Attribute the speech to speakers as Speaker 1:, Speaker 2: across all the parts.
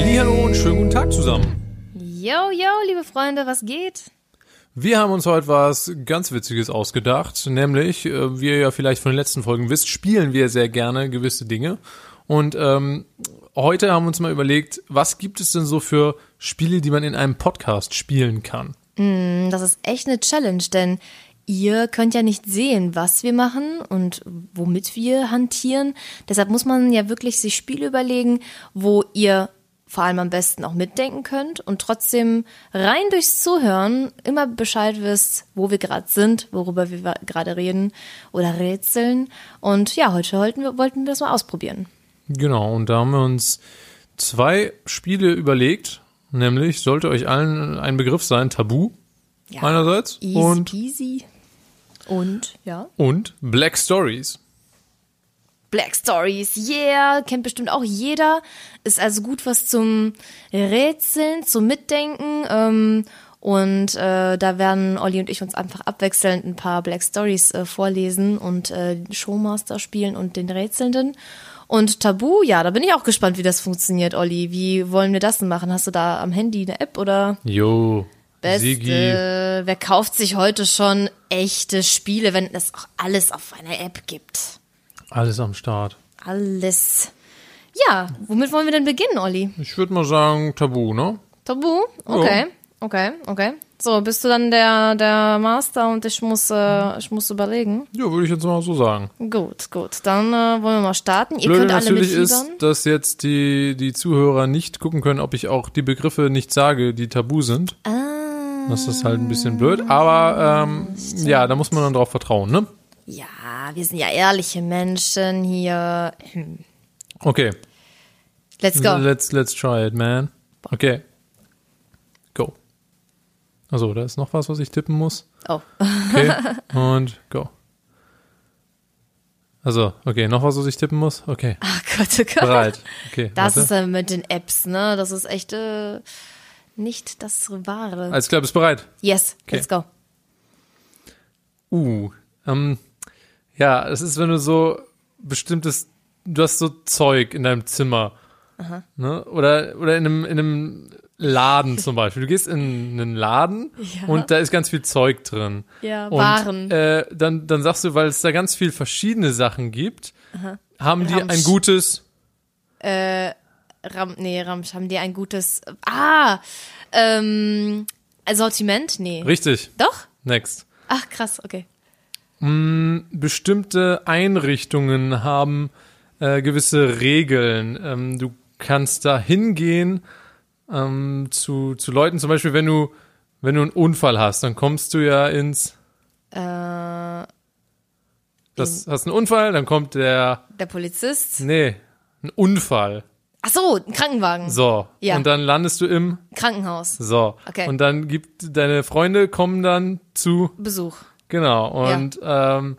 Speaker 1: Schönen guten Tag zusammen.
Speaker 2: Yo, yo, liebe Freunde, was geht?
Speaker 1: Wir haben uns heute was ganz Witziges ausgedacht, nämlich, äh, wie ihr ja vielleicht von den letzten Folgen wisst, spielen wir sehr gerne gewisse Dinge. Und ähm, heute haben wir uns mal überlegt, was gibt es denn so für Spiele, die man in einem Podcast spielen kann?
Speaker 2: Hm, Das ist echt eine Challenge, denn ihr könnt ja nicht sehen, was wir machen und womit wir hantieren. Deshalb muss man ja wirklich sich Spiele überlegen, wo ihr vor allem am besten auch mitdenken könnt und trotzdem rein durchs Zuhören immer Bescheid wisst, wo wir gerade sind, worüber wir gerade reden oder rätseln. Und ja, heute wollten wir, wollten wir das mal ausprobieren.
Speaker 1: Genau, und da haben wir uns zwei Spiele überlegt, nämlich sollte euch allen ein Begriff sein, Tabu
Speaker 2: Ja.
Speaker 1: einerseits
Speaker 2: Easy
Speaker 1: und,
Speaker 2: peasy. Und, ja.
Speaker 1: und Black Stories.
Speaker 2: Black Stories, yeah, kennt bestimmt auch jeder. Ist also gut was zum Rätseln, zum Mitdenken. Ähm, und äh, da werden Olli und ich uns einfach abwechselnd ein paar Black Stories äh, vorlesen und äh, Showmaster spielen und den Rätselnden. Und Tabu, ja, da bin ich auch gespannt, wie das funktioniert, Olli. Wie wollen wir das denn machen? Hast du da am Handy eine App oder?
Speaker 1: Jo,
Speaker 2: Beste.
Speaker 1: Sigi.
Speaker 2: Wer kauft sich heute schon echte Spiele, wenn es auch alles auf einer App gibt?
Speaker 1: Alles am Start.
Speaker 2: Alles. Ja, womit wollen wir denn beginnen, Olli?
Speaker 1: Ich würde mal sagen, Tabu, ne?
Speaker 2: Tabu? Okay, okay, okay. So, bist du dann der, der Master und ich muss, äh, ich muss überlegen?
Speaker 1: Ja, würde ich jetzt mal so sagen.
Speaker 2: Gut, gut. Dann äh, wollen wir mal starten. Ihr
Speaker 1: Blöde
Speaker 2: könnt alle
Speaker 1: natürlich
Speaker 2: mitfiebern.
Speaker 1: ist, dass jetzt die, die Zuhörer nicht gucken können, ob ich auch die Begriffe nicht sage, die tabu sind.
Speaker 2: Ah,
Speaker 1: Das ist halt ein bisschen blöd, aber ähm, ja, da muss man dann drauf vertrauen, ne?
Speaker 2: ja, wir sind ja ehrliche Menschen hier. Hm.
Speaker 1: Okay,
Speaker 2: Let's go.
Speaker 1: let's, let's try it, man. Okay, go. Also, da ist noch was, was ich tippen muss.
Speaker 2: Oh.
Speaker 1: Okay, und go. Also, okay, noch was, was ich tippen muss? Okay,
Speaker 2: Ach Gott, oh Gott.
Speaker 1: bereit. Okay,
Speaker 2: Das
Speaker 1: warte.
Speaker 2: ist äh, mit den Apps, ne? Das ist echt äh, nicht das Wahre.
Speaker 1: Alles klar, bist bereit?
Speaker 2: Yes, let's go.
Speaker 1: Uh, ähm, ja, es ist, wenn du so bestimmtes, du hast so Zeug in deinem Zimmer, ne? Oder, oder in einem, in einem Laden zum Beispiel. Du gehst in einen Laden
Speaker 2: Ja.
Speaker 1: und da ist ganz viel Zeug drin.
Speaker 2: Ja,
Speaker 1: und,
Speaker 2: Waren.
Speaker 1: Äh, dann, dann sagst du, weil es da ganz viel verschiedene Sachen gibt, haben die
Speaker 2: Ramsch.
Speaker 1: ein gutes,
Speaker 2: Ram, nee, Ramsch, haben die ein gutes, ah, ähm, Sortiment? Nee.
Speaker 1: richtig,
Speaker 2: Doch?
Speaker 1: next.
Speaker 2: Ach, krass, okay.
Speaker 1: bestimmte Einrichtungen haben äh, gewisse Regeln. Ähm, du kannst da hingehen ähm, zu, zu Leuten, zum Beispiel, wenn du, wenn du einen Unfall hast, dann kommst du ja ins.
Speaker 2: Äh,
Speaker 1: Das, hast einen Unfall, dann kommt der.
Speaker 2: der Polizist?
Speaker 1: Nee, ein Unfall.
Speaker 2: Ach so, ein Krankenwagen.
Speaker 1: So.
Speaker 2: Ja.
Speaker 1: Und dann landest du im.
Speaker 2: Krankenhaus.
Speaker 1: So.
Speaker 2: Okay.
Speaker 1: Und dann gibt deine Freunde kommen dann zu.
Speaker 2: Besuch.
Speaker 1: Genau. Und ähm,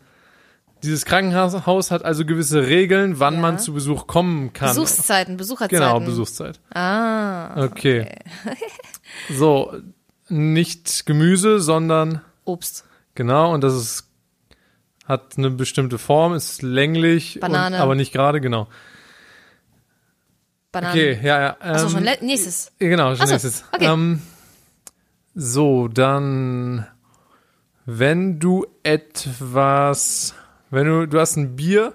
Speaker 1: dieses Krankenhaus hat also gewisse Regeln, wann
Speaker 2: Ja.
Speaker 1: man zu Besuch kommen kann.
Speaker 2: Besuchszeiten, Besucherzeiten.
Speaker 1: Genau, Besuchszeit.
Speaker 2: Ah,
Speaker 1: Okay. so, nicht Gemüse, sondern
Speaker 2: Obst.
Speaker 1: genau, und das ist hat eine bestimmte Form, ist länglich,
Speaker 2: Banane.
Speaker 1: Und, aber nicht gerade, genau.
Speaker 2: Bananen.
Speaker 1: Okay, ja, ja. Ähm,
Speaker 2: Achso, schon le- nächstes.
Speaker 1: genau, schon
Speaker 2: Ach so,
Speaker 1: nächstes.
Speaker 2: okay.
Speaker 1: Ähm, so, dann wenn du etwas, wenn du, du hast ein Bier,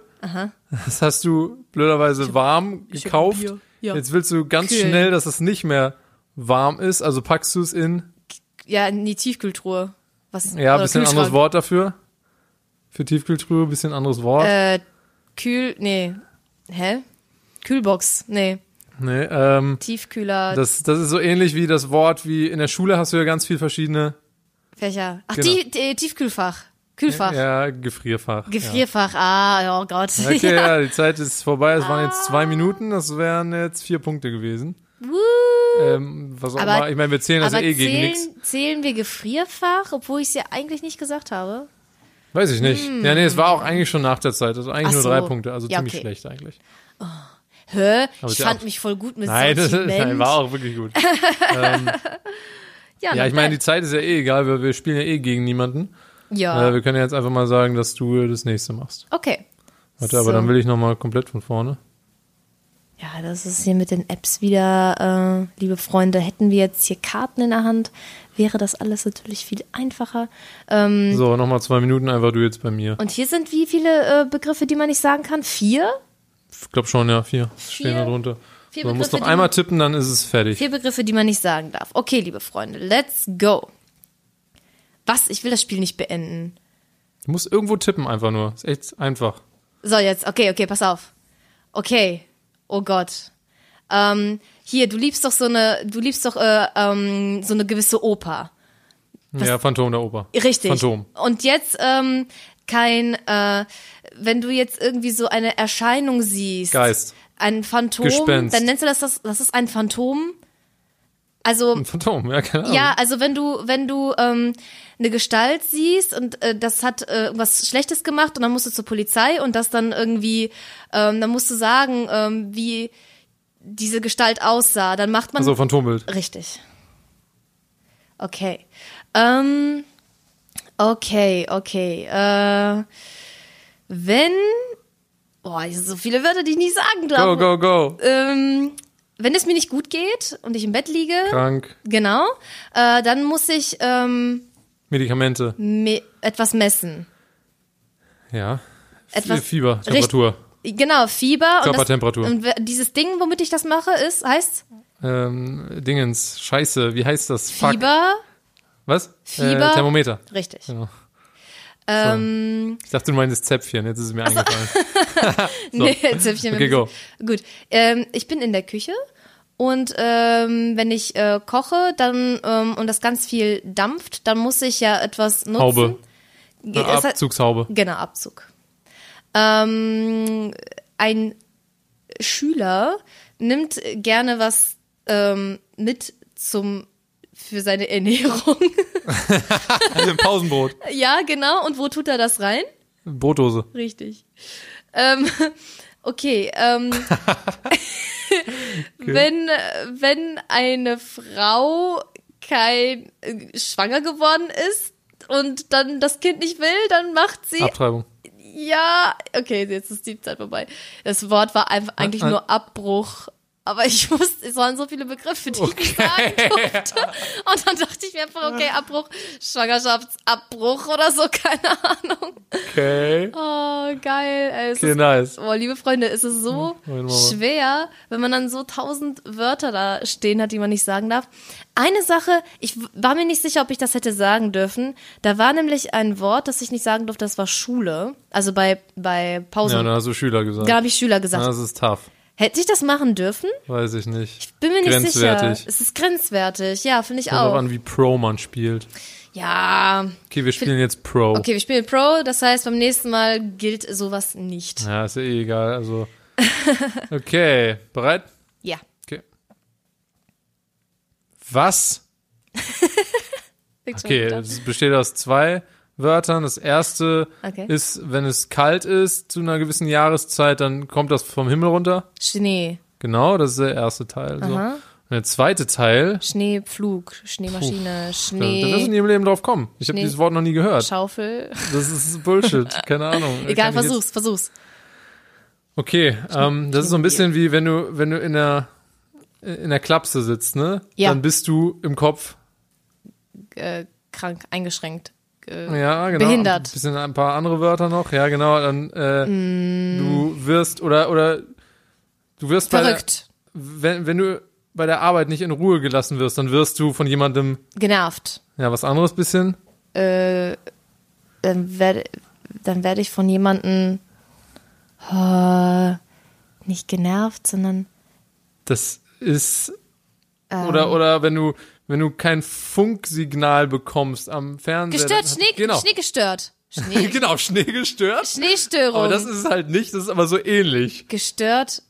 Speaker 1: das hast du blöderweise warm
Speaker 2: ich hab
Speaker 1: gekauft.
Speaker 2: Bier, ja.
Speaker 1: Jetzt willst du ganz
Speaker 2: Kühlen.
Speaker 1: schnell, dass es nicht mehr warm ist, also packst du es in
Speaker 2: Ja, in die Tiefkühltruhe. Was?
Speaker 1: Ja,
Speaker 2: oder
Speaker 1: bisschen anderes
Speaker 2: Kühlschrank.
Speaker 1: Wort dafür. Für Tiefkühltruhe, bisschen anderes Wort.
Speaker 2: Äh, Kühl, nee. Hä? Kühlbox, nee.
Speaker 1: nee, ähm,
Speaker 2: Tiefkühler,
Speaker 1: das, das ist so ähnlich wie das Wort, wie in der Schule hast du ja ganz viel verschiedene.
Speaker 2: Fächer. Ach,
Speaker 1: Genau.
Speaker 2: die, die, Tiefkühlfach. Kühlfach.
Speaker 1: Ja, Gefrierfach.
Speaker 2: Gefrierfach. Ah, oh Gott.
Speaker 1: Ja. Okay, ja, die Zeit ist vorbei. Es waren jetzt
Speaker 2: Ah.
Speaker 1: zwei Minuten, das wären jetzt vier Punkte gewesen.
Speaker 2: Wuhu.
Speaker 1: Ähm, was auch
Speaker 2: Aber-
Speaker 1: immer. Ich meine, wir zählen das ja
Speaker 2: Aber
Speaker 1: eh gegen nichts.
Speaker 2: zählen, zählen wir Gefrierfach, obwohl ich es ja eigentlich nicht gesagt habe?
Speaker 1: Weiß ich nicht. Ja, nee, es war auch eigentlich schon nach der Zeit. Also eigentlich
Speaker 2: Hm. Ach
Speaker 1: nur
Speaker 2: so.
Speaker 1: drei Punkte. Also
Speaker 2: Ja,
Speaker 1: ziemlich
Speaker 2: okay.
Speaker 1: schlecht eigentlich.
Speaker 2: Hä?
Speaker 1: Aber
Speaker 2: ich
Speaker 1: ist ja
Speaker 2: fand
Speaker 1: auch-
Speaker 2: mich voll gut mit
Speaker 1: Nein, das,
Speaker 2: Sortiment.
Speaker 1: nein, war auch wirklich gut.
Speaker 2: ja,
Speaker 1: Ja,
Speaker 2: na
Speaker 1: ich meine,
Speaker 2: dann.
Speaker 1: die Zeit ist ja eh egal. Wir, wir spielen ja eh gegen niemanden.
Speaker 2: Ja,
Speaker 1: Äh, wir können ja jetzt einfach mal sagen, dass du das nächste machst.
Speaker 2: okay.
Speaker 1: Warte, aber dann will ich nochmal komplett von vorne.
Speaker 2: Ja, das ist hier mit den Apps wieder, äh, liebe Freunde. Hätten wir jetzt hier Karten in der Hand, wäre das alles natürlich viel einfacher. Ähm,
Speaker 1: So, nochmal zwei Minuten einfach du jetzt bei mir.
Speaker 2: und hier sind wie viele äh, Begriffe, die man nicht sagen kann? Vier?
Speaker 1: Ich glaube schon, ja, vier. Stehen da
Speaker 2: Vier-
Speaker 1: drunter.
Speaker 2: vier
Speaker 1: So, man muss
Speaker 2: Begriffe,
Speaker 1: noch
Speaker 2: die-
Speaker 1: einmal tippen, dann ist es fertig.
Speaker 2: Vier Begriffe, die man nicht sagen darf. Okay, liebe Freunde, let's go. Was? Ich will das Spiel nicht beenden.
Speaker 1: Du musst irgendwo tippen einfach nur. Ist echt einfach.
Speaker 2: So, jetzt, okay, okay, pass auf. Okay, oh Gott. Ähm, hier, du liebst doch so eine, du liebst doch äh, ähm, so eine gewisse Oper.
Speaker 1: Ja, Phantom der Oper.
Speaker 2: Richtig.
Speaker 1: Phantom.
Speaker 2: Und jetzt ähm, kein, äh, wenn du jetzt irgendwie so eine Erscheinung siehst.
Speaker 1: Geist.
Speaker 2: Ein Phantom.
Speaker 1: Gespenst.
Speaker 2: Dann nennst du das, das, das ist ein Phantom. Also,
Speaker 1: Ein Phantom, ja, keine Ahnung.
Speaker 2: ja, also wenn du, wenn du ähm, eine Gestalt siehst und äh, das hat äh, irgendwas Schlechtes gemacht und dann musst du zur Polizei und das dann irgendwie, ähm, dann musst du sagen, ähm, wie diese Gestalt aussah, dann macht man
Speaker 1: Also Phantombild.
Speaker 2: richtig. Okay. Ähm, okay, okay. Äh, wenn. Boah, hier sind so viele Wörter, die ich nicht sagen darf.
Speaker 1: Go, go, go.
Speaker 2: Ähm, wenn es mir nicht gut geht und ich im Bett liege.
Speaker 1: Krank.
Speaker 2: Genau. Äh, dann muss ich ähm,
Speaker 1: Medikamente.
Speaker 2: me etwas messen.
Speaker 1: Ja.
Speaker 2: Etwas-
Speaker 1: Fieber, Temperatur.
Speaker 2: Genau, Fieber. und das-
Speaker 1: Körpertemperatur.
Speaker 2: Und we- dieses Ding, womit ich das mache, ist, heißt
Speaker 1: Ähm, Dingens. Scheiße, wie heißt das? Fuck.
Speaker 2: Fieber.
Speaker 1: Was?
Speaker 2: Fieber.
Speaker 1: Äh, Thermometer.
Speaker 2: Richtig.
Speaker 1: Genau.
Speaker 2: Ähm,
Speaker 1: Ich dachte, du meinst Zäpfchen. Jetzt ist es mir eingefallen.
Speaker 2: nee, jetzt hab ich
Speaker 1: Okay, go.
Speaker 2: Gut. Ähm, ich bin in der Küche und ähm, wenn ich äh, koche dann ähm, und das ganz viel dampft, dann muss ich ja etwas nutzen.
Speaker 1: Haube.
Speaker 2: Ge-
Speaker 1: Eine
Speaker 2: es hat-
Speaker 1: Abzugshaube.
Speaker 2: Genau, Abzug. Ähm, ein Schüler nimmt gerne was ähm, mit zum für seine Ernährung.
Speaker 1: Also Ein Pausenbrot.
Speaker 2: ja, genau. Und wo tut er das rein?
Speaker 1: Brotdose.
Speaker 2: Richtig. Ähm, okay. Ähm, Wenn, wenn eine Frau kein äh, schwanger geworden ist und dann das Kind nicht will, dann macht sie
Speaker 1: Abtreibung.
Speaker 2: Ja, okay, jetzt ist die Zeit vorbei. Das Wort war einfach eigentlich
Speaker 1: Ah, ah.
Speaker 2: nur Abbruch. Aber ich wusste, es waren so viele Begriffe, die ich sagen durfte. Und dann dachte ich mir einfach, okay, Abbruch, Schwangerschaftsabbruch oder so, keine Ahnung.
Speaker 1: Okay.
Speaker 2: Oh, geil. Ey, es
Speaker 1: Okay,
Speaker 2: ist,
Speaker 1: nice.
Speaker 2: oh, liebe Freunde, es ist so
Speaker 1: Moment Hm, mal.
Speaker 2: schwer, wenn man dann so tausend Wörter da stehen hat, die man nicht sagen darf. Eine Sache, ich w- war mir nicht sicher, ob ich das hätte sagen dürfen. Da war nämlich ein Wort, das ich nicht sagen durfte, das war Schule. Also bei, bei
Speaker 1: Ja,
Speaker 2: Pausen.
Speaker 1: dann hast du Schüler gesagt.
Speaker 2: da habe ich Schüler gesagt.
Speaker 1: Ja, das ist tough.
Speaker 2: Hätte ich das machen dürfen?
Speaker 1: Weiß ich nicht.
Speaker 2: Bin mir nicht sicher.
Speaker 1: Grenzwertig.
Speaker 2: Es ist grenzwertig. Ja, finde ich
Speaker 1: Kommt auch
Speaker 2: auch.
Speaker 1: an, wie Pro man spielt.
Speaker 2: Ja.
Speaker 1: Okay, wir spielen jetzt Pro.
Speaker 2: Okay, wir spielen Pro, das heißt, beim nächsten Mal gilt sowas nicht.
Speaker 1: Ja, ist ja eh egal. Also. Okay, bereit?
Speaker 2: Ja.
Speaker 1: Okay. Was?
Speaker 2: Oh, Fängt schon
Speaker 1: Okay,
Speaker 2: gut an.
Speaker 1: es besteht aus zwei Wörtern. Das erste
Speaker 2: Okay.
Speaker 1: ist, wenn es kalt ist zu einer gewissen Jahreszeit, dann kommt das vom Himmel runter.
Speaker 2: Schnee.
Speaker 1: Genau, das ist der erste Teil. So.
Speaker 2: Aha.
Speaker 1: Und der zweite Teil,
Speaker 2: Schneepflug, Schneemaschine,
Speaker 1: da wirst du in
Speaker 2: Schnee,
Speaker 1: ihrem Leben drauf kommen. Ich habe
Speaker 2: Schnee.
Speaker 1: dieses Wort noch nie gehört.
Speaker 2: Schaufel.
Speaker 1: Das ist Bullshit, keine Ahnung. Kann
Speaker 2: Egal,
Speaker 1: ich jetzt-
Speaker 2: versuch's, versuch's.
Speaker 1: Okay, ähm, das ist so ein bisschen wie wenn du, wenn du in der in der Klapse sitzt, ne?
Speaker 2: Ja.
Speaker 1: Dann bist du im Kopf,
Speaker 2: Äh, krank, eingeschränkt. Äh,
Speaker 1: ja, genau.
Speaker 2: Behindert.
Speaker 1: Ein bisschen ein paar andere Wörter noch, ja, genau. Dann äh,
Speaker 2: Mm.
Speaker 1: du wirst oder oder du wirst
Speaker 2: verrückt,
Speaker 1: bei der, wenn wenn du bei der Arbeit nicht in Ruhe gelassen wirst, dann wirst du von jemandem
Speaker 2: genervt.
Speaker 1: ja was anderes bisschen.
Speaker 2: Äh, dann werde dann werd ich von jemandem äh, nicht genervt, sondern
Speaker 1: Das ist
Speaker 2: Ähm.
Speaker 1: oder oder wenn du wenn du kein Funksignal bekommst am Fernseher.
Speaker 2: gestört,
Speaker 1: dann-
Speaker 2: Schnee,
Speaker 1: genau.
Speaker 2: Schnee gestört. Schnee,
Speaker 1: genau, Schnee gestört.
Speaker 2: Schneestörung.
Speaker 1: Aber das ist es halt nicht, das ist aber so ähnlich.
Speaker 2: gestört.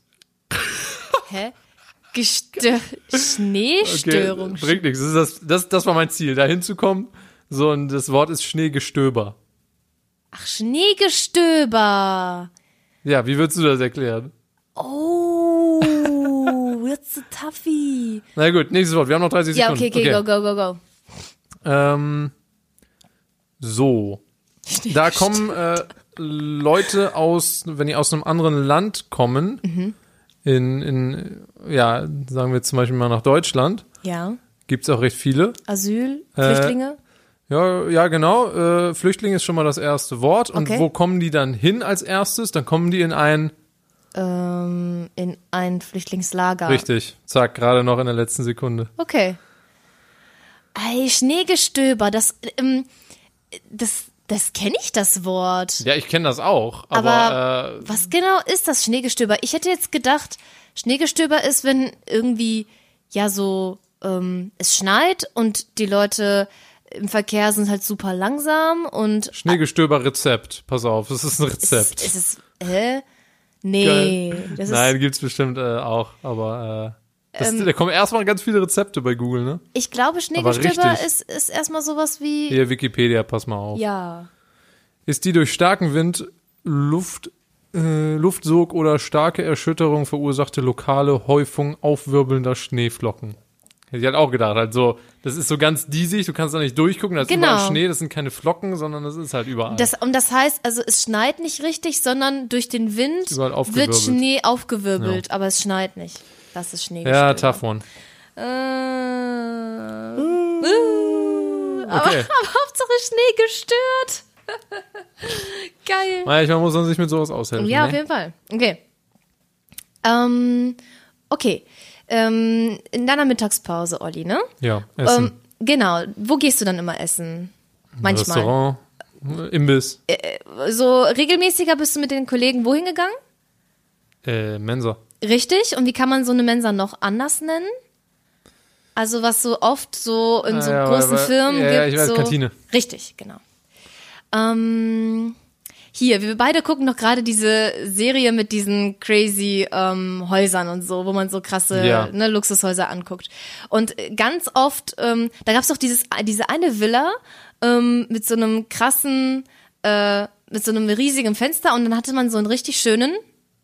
Speaker 2: Hä? Gestört. Schneestörung.
Speaker 1: bringt nichts. Das, ist das, das, das war mein Ziel, da hinzukommen. So, und das Wort ist Schneegestöber.
Speaker 2: Ach, Schneegestöber.
Speaker 1: Ja, wie würdest du das erklären?
Speaker 2: Oh, jetzt so toughy.
Speaker 1: Na gut, nächstes Wort. Wir haben noch 30
Speaker 2: Ja, okay,
Speaker 1: Sekunden.
Speaker 2: okay, go, go, go, go.
Speaker 1: Ähm, so. Da
Speaker 2: Mhm.
Speaker 1: kommen äh, Leute aus, wenn die aus einem anderen Land kommen, in, in, ja, sagen wir zum Beispiel mal nach Deutschland,
Speaker 2: Ja.
Speaker 1: gibt's auch recht viele.
Speaker 2: Asyl,
Speaker 1: Äh,
Speaker 2: Flüchtlinge.
Speaker 1: Ja, ja, genau. Äh, Flüchtling ist schon mal das erste Wort. Und
Speaker 2: Okay.
Speaker 1: wo kommen die dann hin als erstes? Dann kommen die in ein,
Speaker 2: ähm, in ein Flüchtlingslager.
Speaker 1: richtig, zack, gerade noch in der letzten Sekunde.
Speaker 2: Okay. Ey, Schneegestöber, das, ähm, das, das kenne ich das Wort.
Speaker 1: Ja, ich kenne das auch, aber,
Speaker 2: Aber
Speaker 1: äh,
Speaker 2: was genau ist das Schneegestöber? Ich hätte jetzt gedacht, Schneegestöber ist, wenn irgendwie, ja, so, ähm, es schneit und die Leute im Verkehr sind halt super langsam und.
Speaker 1: Schneegestöber-Rezept, pass auf, das ist ein
Speaker 2: Ist,
Speaker 1: Rezept.
Speaker 2: ist es, hä? Nee. Das
Speaker 1: Nein,
Speaker 2: ist, Ähm.
Speaker 1: gibt's bestimmt äh, auch, aber äh, das, da kommen erstmal ganz viele Rezepte bei Google, ne?
Speaker 2: ich glaube, Schneegestöber
Speaker 1: richtig.
Speaker 2: ist, ist erstmal sowas wie.
Speaker 1: Hier Wikipedia, pass mal auf.
Speaker 2: Ja.
Speaker 1: Ist die durch starken Wind, Luft, äh, Luftsog oder starke Erschütterung verursachte lokale Häufung aufwirbelnder Schneeflocken? Hätte ich halt auch gedacht, halt so, das ist so ganz diesig, du kannst da nicht durchgucken, da ist
Speaker 2: Genau.
Speaker 1: überall Schnee, das sind keine Flocken, sondern das ist halt überall.
Speaker 2: Das, und das heißt, also es schneit nicht richtig, sondern durch den Wind
Speaker 1: Überall
Speaker 2: wird
Speaker 1: aufgewirbelt.
Speaker 2: Schnee aufgewirbelt, aber es schneit nicht. Das ist Schnee.
Speaker 1: ja, tough one.
Speaker 2: Äh, aber,
Speaker 1: Okay.
Speaker 2: aber Hauptsache Schnee gestört. Geil.
Speaker 1: Manchmal Ah, muss man sich mit sowas aushelfen.
Speaker 2: Ja, auf
Speaker 1: ne?
Speaker 2: jeden Fall. Okay. Ähm, okay. Ähm, in deiner Mittagspause, Olli, ne?
Speaker 1: ja Essen,
Speaker 2: Ähm, genau. Wo gehst du dann immer essen? Manchmal.
Speaker 1: Restaurant, äh, Imbiss,
Speaker 2: So regelmäßiger bist du mit den Kollegen wohin gegangen?
Speaker 1: äh, Mensa.
Speaker 2: Richtig. Und wie kann man so eine Mensa noch anders nennen? Also was so oft so in so
Speaker 1: Ah, ja,
Speaker 2: großen
Speaker 1: aber- aber-
Speaker 2: Firmen
Speaker 1: ja,
Speaker 2: gibt.
Speaker 1: ja, ich weiß,
Speaker 2: so,
Speaker 1: Kantine.
Speaker 2: Richtig, genau. Ähm, hier, wir beide gucken noch gerade diese Serie mit diesen crazy ähm, Häusern und so, wo man so krasse
Speaker 1: Ja.
Speaker 2: ne, Luxushäuser anguckt. Und äh, ganz oft, ähm, da gab's doch dieses, diese eine Villa ähm, mit so einem krassen, äh, mit so einem riesigen Fenster und dann hatte man so einen richtig schönen,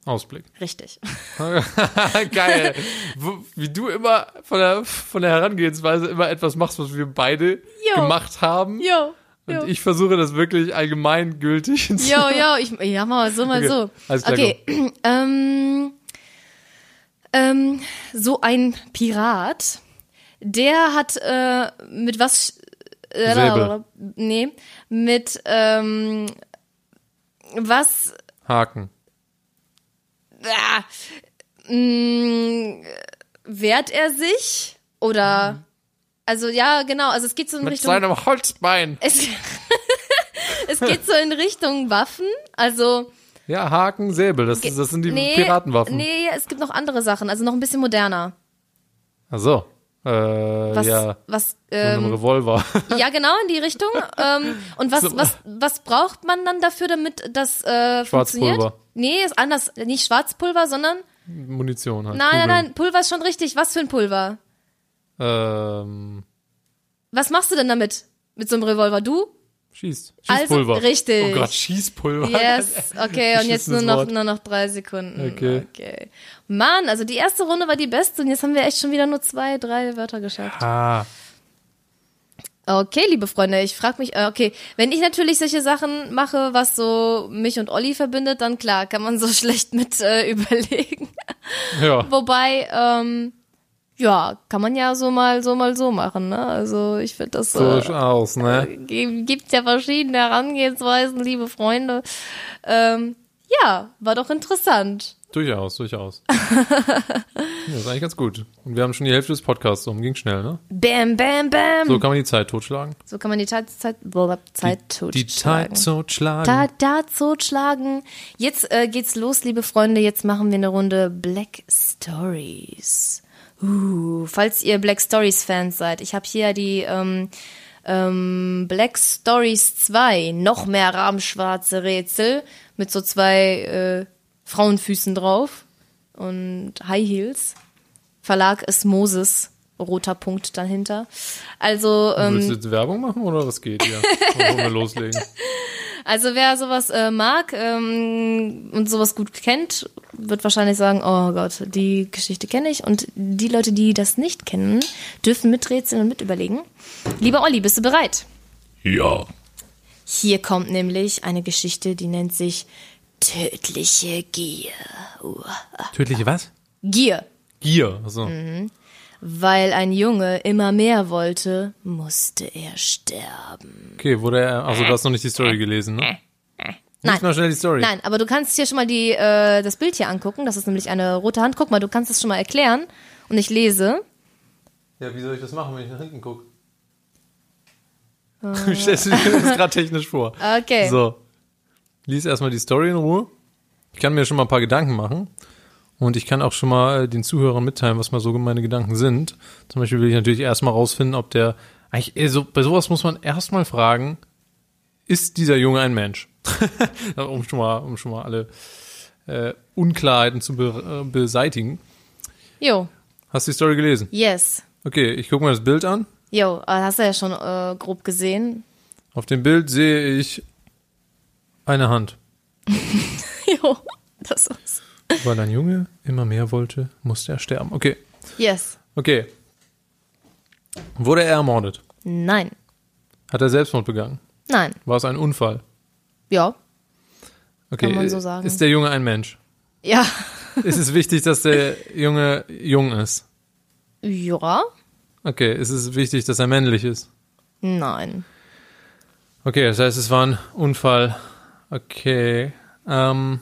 Speaker 1: Ausblick.
Speaker 2: richtig,
Speaker 1: Geil. Wo- Wie du immer von der, von der Herangehensweise immer etwas machst, was wir beide
Speaker 2: Jo.
Speaker 1: gemacht haben.
Speaker 2: Jo,
Speaker 1: Und
Speaker 2: jo.
Speaker 1: ich versuche das wirklich allgemeingültig zu
Speaker 2: Jo, jo, ich, ja, mal so, mal
Speaker 1: Okay,
Speaker 2: so.
Speaker 1: alles klar,
Speaker 2: okay, ähm, ähm, so ein Pirat, der hat äh, mit was? Äh,
Speaker 1: Säbel.
Speaker 2: Nee, mit ähm, was?
Speaker 1: Haken.
Speaker 2: Ah, mh, wehrt er sich? Oder, also ja, genau, also es geht so in
Speaker 1: Mit
Speaker 2: Richtung
Speaker 1: seinem Holzbein.
Speaker 2: es, es geht so in Richtung Waffen, also
Speaker 1: Ja, Haken, Säbel. Das, ist, das sind die Piratenwaffen.
Speaker 2: Nee, es gibt noch andere Sachen, also noch ein bisschen moderner.
Speaker 1: Ach so. Äh,
Speaker 2: Was,
Speaker 1: ja.
Speaker 2: was,
Speaker 1: Mit einem
Speaker 2: ähm,
Speaker 1: Revolver.
Speaker 2: ja genau in die Richtung. ähm, und was,
Speaker 1: So.
Speaker 2: was, was braucht man dann dafür, damit das äh, funktioniert?
Speaker 1: Schwarzpulver.
Speaker 2: Nee, ist anders, nicht Schwarzpulver, sondern
Speaker 1: Munition halt.
Speaker 2: nein, nein,
Speaker 1: Kugeln.
Speaker 2: nein, Pulver ist schon richtig. Was für ein Pulver?
Speaker 1: Ähm,
Speaker 2: Was machst du denn damit mit so einem Revolver? Du?
Speaker 1: schießt.
Speaker 2: Also,
Speaker 1: Schießpulver.
Speaker 2: richtig.
Speaker 1: Oh Gott, Schießpulver.
Speaker 2: Yes, okay, und jetzt nur
Speaker 1: Beschissenes
Speaker 2: noch,
Speaker 1: Wort.
Speaker 2: nur noch drei Sekunden.
Speaker 1: Okay.
Speaker 2: okay. Mann, also die erste Runde war die beste und jetzt haben wir echt schon wieder nur zwei, drei Wörter geschafft.
Speaker 1: Ah,
Speaker 2: Okay, liebe Freunde, ich frage mich, äh, okay, wenn ich natürlich solche Sachen mache, was so mich und Olli verbindet, dann klar, kann man so schlecht mit äh, überlegen.
Speaker 1: ja.
Speaker 2: Wobei, ähm, ja, kann man ja so mal, so mal so machen, ne? Also ich finde das
Speaker 1: So
Speaker 2: äh,
Speaker 1: aus, ne?
Speaker 2: Ge- gibt's ja verschiedene Herangehensweisen, liebe Freunde. Ähm, ja, war doch interessant.
Speaker 1: Durchaus, durchaus. ja, ist eigentlich ganz gut. Und wir haben schon die Hälfte des Podcasts um. Ging schnell, ne?
Speaker 2: Bam, bam, bam.
Speaker 1: So
Speaker 2: So,
Speaker 1: kann man die Zeit totschlagen.
Speaker 2: kann man die Zeit, Zeit, blablab, Zeit totschlagen.
Speaker 1: Die Zeit totschlagen.
Speaker 2: Da, da totschlagen. Jetzt äh, geht's los, liebe Freunde. Jetzt machen wir eine Runde Black Stories. Uh, falls ihr Black Stories Fans seid, ich habe hier die ähm, ähm, Black Stories 2, noch mehr rahmschwarze Rätsel mit so zwei äh, Frauenfüßen drauf und High Heels. Verlag ist Moses, roter Punkt dahinter. Also ähm,
Speaker 1: Willst du jetzt Werbung machen oder was geht hier? Wollen wir loslegen?
Speaker 2: Also wer sowas äh, mag ähm, und sowas gut kennt, wird wahrscheinlich sagen, oh Gott, die Geschichte kenne ich. Und die Leute, die das nicht kennen, dürfen miträtseln und mitüberlegen. Lieber Olli, bist du bereit?
Speaker 1: Ja.
Speaker 2: Hier kommt nämlich eine Geschichte, die nennt sich Tödliche Gier. Uh,
Speaker 1: Tödliche was?
Speaker 2: Gier.
Speaker 1: Gier, so.
Speaker 2: Mhm. Weil ein Junge immer mehr wollte, musste er sterben.
Speaker 1: Okay, wurde er, also du hast noch nicht die Story gelesen, ne?
Speaker 2: Äh. Nein.
Speaker 1: Lies mal schnell die Story.
Speaker 2: Nein, aber du kannst hier schon mal die, äh, das Bild hier angucken. Das ist nämlich eine rote Hand. Guck mal, du kannst das schon mal erklären. Und ich lese.
Speaker 1: Ja, wie soll ich das machen, wenn ich nach hinten gucke? Stellst du dir das gerade technisch vor?
Speaker 2: Okay.
Speaker 1: So. Lies erstmal die Story in Ruhe. Ich kann mir schon mal ein paar Gedanken machen. Und ich kann auch schon mal äh, den Zuhörern mitteilen, was mal so meine Gedanken sind. Zum Beispiel will ich natürlich erstmal rausfinden, ob der. Eigentlich, eh, so, bei sowas muss man erstmal fragen, ist dieser Junge ein Mensch? um, schon mal, um schon mal alle äh, Unklarheiten zu be äh, beseitigen.
Speaker 2: Jo,
Speaker 1: Hast du die Story gelesen?
Speaker 2: yes.
Speaker 1: Okay, ich gucke mir das Bild an.
Speaker 2: Jo, äh, hast du ja schon äh, grob gesehen.
Speaker 1: Auf dem Bild sehe ich eine Hand.
Speaker 2: Jo, das war's.
Speaker 1: Weil ein Junge immer mehr wollte, musste er sterben. Okay,
Speaker 2: Yes.
Speaker 1: okay. Wurde er ermordet?
Speaker 2: Nein.
Speaker 1: Hat er Selbstmord begangen?
Speaker 2: Nein.
Speaker 1: War es ein Unfall?
Speaker 2: Ja.
Speaker 1: Okay,
Speaker 2: Kann man so sagen.
Speaker 1: ist der Junge ein Mensch?
Speaker 2: Ja.
Speaker 1: ist es wichtig, dass der Junge jung ist?
Speaker 2: Ja.
Speaker 1: Okay, ist es wichtig, dass er männlich ist?
Speaker 2: Nein.
Speaker 1: Okay, das heißt, es war ein Unfall. Okay. Ähm,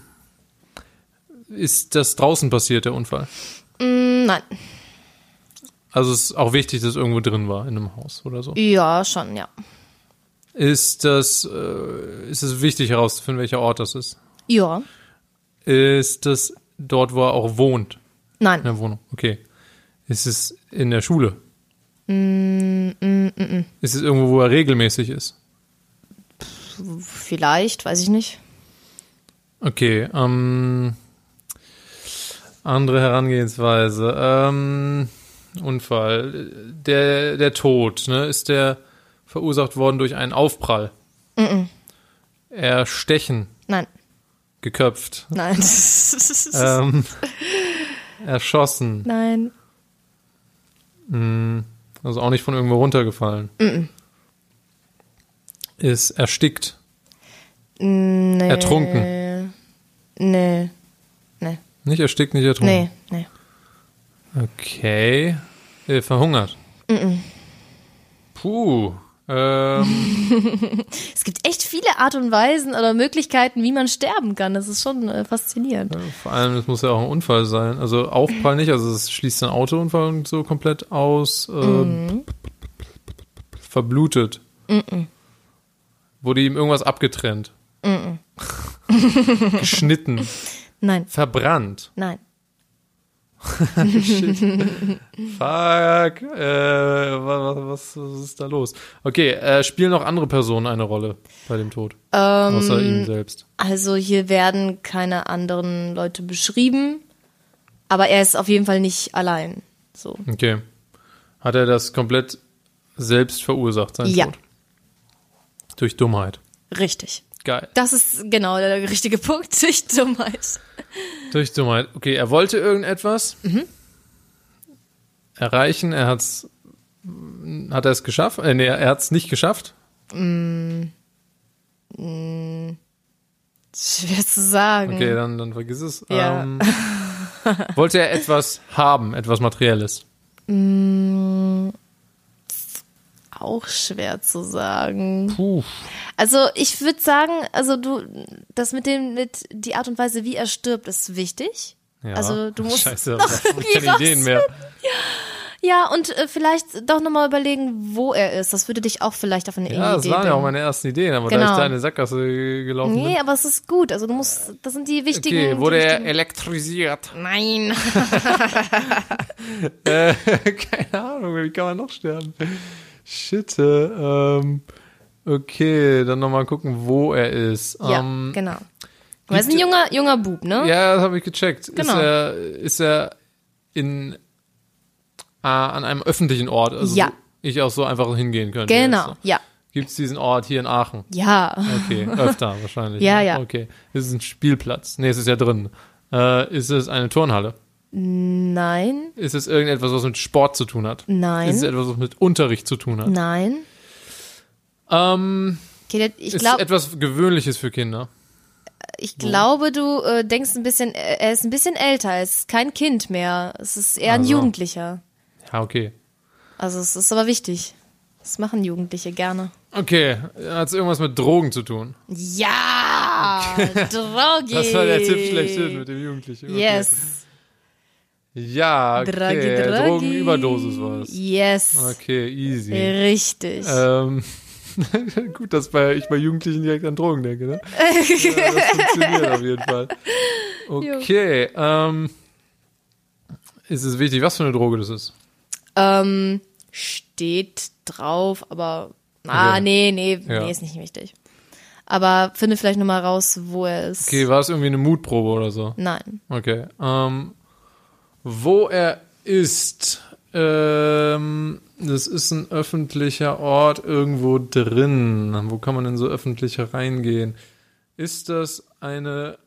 Speaker 1: ist das draußen passiert, der Unfall?
Speaker 2: Mm, Nein.
Speaker 1: Also es ist auch wichtig, dass es irgendwo drin war, in einem Haus oder so.
Speaker 2: Ja, schon, ja.
Speaker 1: Ist das, äh, ist es wichtig herauszufinden, welcher Ort das ist?
Speaker 2: Ja.
Speaker 1: Ist das dort, wo er auch wohnt?
Speaker 2: Nein.
Speaker 1: In der Wohnung, okay. Ist es in der Schule? Ist es irgendwo, wo er regelmäßig ist?
Speaker 2: Vielleicht, weiß ich nicht.
Speaker 1: Okay, ähm, andere Herangehensweise. Ähm, Unfall. Der, der Tod, ne? Ist der verursacht worden durch einen Aufprall? Erstechen,
Speaker 2: Nein.
Speaker 1: geköpft,
Speaker 2: Nein.
Speaker 1: ähm, erschossen.
Speaker 2: Nein.
Speaker 1: Also auch nicht von irgendwo runtergefallen. Ist erstickt,
Speaker 2: Nee.
Speaker 1: ertrunken.
Speaker 2: Nee. Nee.
Speaker 1: Nicht erstickt, nicht ertrunken.
Speaker 2: ne. Nee. Nee.
Speaker 1: Okay. Äh, verhungert. Puh. Ähm,
Speaker 2: Es gibt echt viele Art und Weisen oder Möglichkeiten, wie man sterben kann. Das ist schon äh, faszinierend.
Speaker 1: vor allem, es muss ja auch ein Unfall sein. Also Aufprall nicht, also es schließt einen Autounfall und so komplett aus. Äh, Verblutet. Wurde ihm irgendwas abgetrennt. Geschnitten.
Speaker 2: Nein.
Speaker 1: Verbrannt.
Speaker 2: Nein.
Speaker 1: Shit. Fuck. Äh, was, was, was ist da los? Okay, äh, spielen noch andere Personen eine Rolle bei dem Tod?
Speaker 2: Ähm,
Speaker 1: außer ihm selbst.
Speaker 2: Also hier werden keine anderen Leute beschrieben, aber er ist auf jeden Fall nicht allein. So.
Speaker 1: Okay. Hat er das komplett selbst verursacht, sein
Speaker 2: Ja.
Speaker 1: Tod? Durch Dummheit.
Speaker 2: Richtig.
Speaker 1: Geil.
Speaker 2: Das ist genau der richtige Punkt. Durch Dummheit.
Speaker 1: Durch Dummheit. Okay, er wollte irgendetwas
Speaker 2: Mhm.
Speaker 1: erreichen, er hat's, hat er es geschafft? Äh, nee, er hat es nicht geschafft.
Speaker 2: Schwer zu sagen.
Speaker 1: Okay, dann, dann vergiss es.
Speaker 2: Mhm. Ja.
Speaker 1: Ähm, wollte er etwas haben, etwas Materielles?
Speaker 2: Auch schwer zu sagen.
Speaker 1: Puh.
Speaker 2: Also ich würde sagen, also du, das mit dem, mit die Art und Weise, wie er stirbt, ist wichtig.
Speaker 1: Ja.
Speaker 2: Also du musst
Speaker 1: Scheiße,
Speaker 2: noch
Speaker 1: ich hab keine
Speaker 2: irgendwie
Speaker 1: Ideen mehr.
Speaker 2: Ja, und äh, vielleicht doch nochmal überlegen, wo er ist. Das würde dich auch vielleicht auf eine
Speaker 1: Ja, das
Speaker 2: Idee
Speaker 1: waren ja auch
Speaker 2: bringen.
Speaker 1: meine ersten Ideen, aber da
Speaker 2: Genau.
Speaker 1: ich da in eine Sackgasse gelaufen
Speaker 2: Nee, aber es ist gut. Also du musst, das sind die
Speaker 1: bin.
Speaker 2: wichtigen.
Speaker 1: Ne? Okay, wurde
Speaker 2: die
Speaker 1: er
Speaker 2: wichtigen
Speaker 1: elektrisiert? Äh,
Speaker 2: Nein.
Speaker 1: keine Ahnung, wie kann man noch sterben? Shit. äh, Ähm, okay, dann nochmal gucken, wo er ist.
Speaker 2: Ja,
Speaker 1: Ähm,
Speaker 2: genau. Er ist ein junger, junger Bub, ne?
Speaker 1: Ja, das habe ich gecheckt.
Speaker 2: Genau.
Speaker 1: Ist er, ist er in, äh, an einem öffentlichen Ort, also
Speaker 2: Ja.
Speaker 1: ich auch so einfach hingehen könnte.
Speaker 2: Genau, ja.
Speaker 1: Gibt es diesen Ort hier in Aachen?
Speaker 2: Ja.
Speaker 1: Okay, öfter wahrscheinlich.
Speaker 2: Ja,
Speaker 1: ne?
Speaker 2: ja.
Speaker 1: Okay. Ist es ein Spielplatz? Nee, es ist ja drin. Äh, ist es eine Turnhalle?
Speaker 2: Nein,
Speaker 1: Ist es irgendetwas, was mit Sport zu tun hat? Ist es
Speaker 2: nein,
Speaker 1: etwas, was mit Unterricht zu tun hat?
Speaker 2: nein.
Speaker 1: Ähm,
Speaker 2: Okay, der- ich
Speaker 1: ist es
Speaker 2: glaube,
Speaker 1: etwas Gewöhnliches für Kinder?
Speaker 2: Ich glaube, du äh, denkst ein bisschen, äh, er ist ein bisschen älter, er ist kein Kind mehr. Es ist eher ein
Speaker 1: Also.
Speaker 2: Jugendlicher.
Speaker 1: Ja, okay.
Speaker 2: Also es ist aber wichtig. Das machen Jugendliche gerne.
Speaker 1: Okay, hat's irgendwas mit Drogen zu tun?
Speaker 2: Ja! Drogi!
Speaker 1: Das war der Tipp schlechthin mit dem Jugendlichen. Okay.
Speaker 2: Yes.
Speaker 1: Ja, okay.
Speaker 2: Dragi, Dragi.
Speaker 1: Drogenüberdosis war's.
Speaker 2: Yes.
Speaker 1: Okay, easy.
Speaker 2: Richtig.
Speaker 1: Ähm, gut, dass bei, ich bei Jugendlichen direkt an Drogen denke, ne? ja, das funktioniert auf jeden Fall. Okay, ähm, ist es wichtig, was für eine Droge das ist?
Speaker 2: Ähm, steht drauf, aber. Ah,
Speaker 1: Okay.
Speaker 2: nee, nee,
Speaker 1: Ja.
Speaker 2: nee, ist nicht wichtig. Aber finde vielleicht nochmal raus, wo er ist.
Speaker 1: Okay, war es irgendwie eine Mutprobe oder so?
Speaker 2: Nein.
Speaker 1: Okay. Ähm, wo er ist, ähm, das ist ein öffentlicher Ort irgendwo drin. Wo kann man denn so öffentlicher reingehen? Ist das eine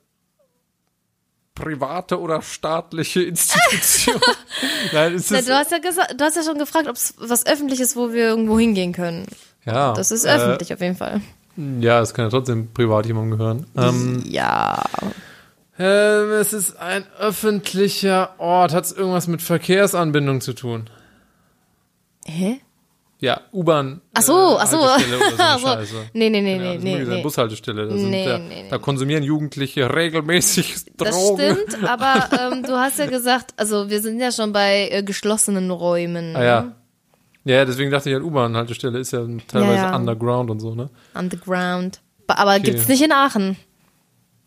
Speaker 1: private oder staatliche Institution? Nein, ist
Speaker 2: Na,
Speaker 1: das,
Speaker 2: du, hast ja gesagt, du hast ja schon gefragt, ob es was Öffentliches ist, wo wir irgendwo hingehen können.
Speaker 1: ja,
Speaker 2: Das ist
Speaker 1: äh,
Speaker 2: öffentlich auf jeden Fall.
Speaker 1: Ja, es kann ja trotzdem privat jemandem gehören. Ähm,
Speaker 2: ja.
Speaker 1: ähm, es ist ein öffentlicher Ort. Hat es irgendwas mit Verkehrsanbindung zu tun?
Speaker 2: Hä?
Speaker 1: Ja, U-Bahn. äh,
Speaker 2: Ach so, ach so.
Speaker 1: Haltestelle oder so eine
Speaker 2: Ach so.
Speaker 1: Scheiße.
Speaker 2: Nee, nee, nee,
Speaker 1: Ja,
Speaker 2: nee,
Speaker 1: das
Speaker 2: nee.
Speaker 1: muss sein,
Speaker 2: nee.
Speaker 1: Bushaltestelle. Da, sind,
Speaker 2: Nee,
Speaker 1: da,
Speaker 2: nee, nee.
Speaker 1: da konsumieren Jugendliche regelmäßig
Speaker 2: Das
Speaker 1: Drogen.
Speaker 2: stimmt, aber ähm, du hast ja gesagt, also wir sind ja schon bei äh, geschlossenen Räumen. ne?
Speaker 1: Ah, ja. ja, ja, deswegen dachte ich, halt, U-Bahn-Haltestelle ist ja teilweise
Speaker 2: Ja, ja.
Speaker 1: underground und so, ne?
Speaker 2: Underground. Ba- Aber gibt's nicht in Aachen.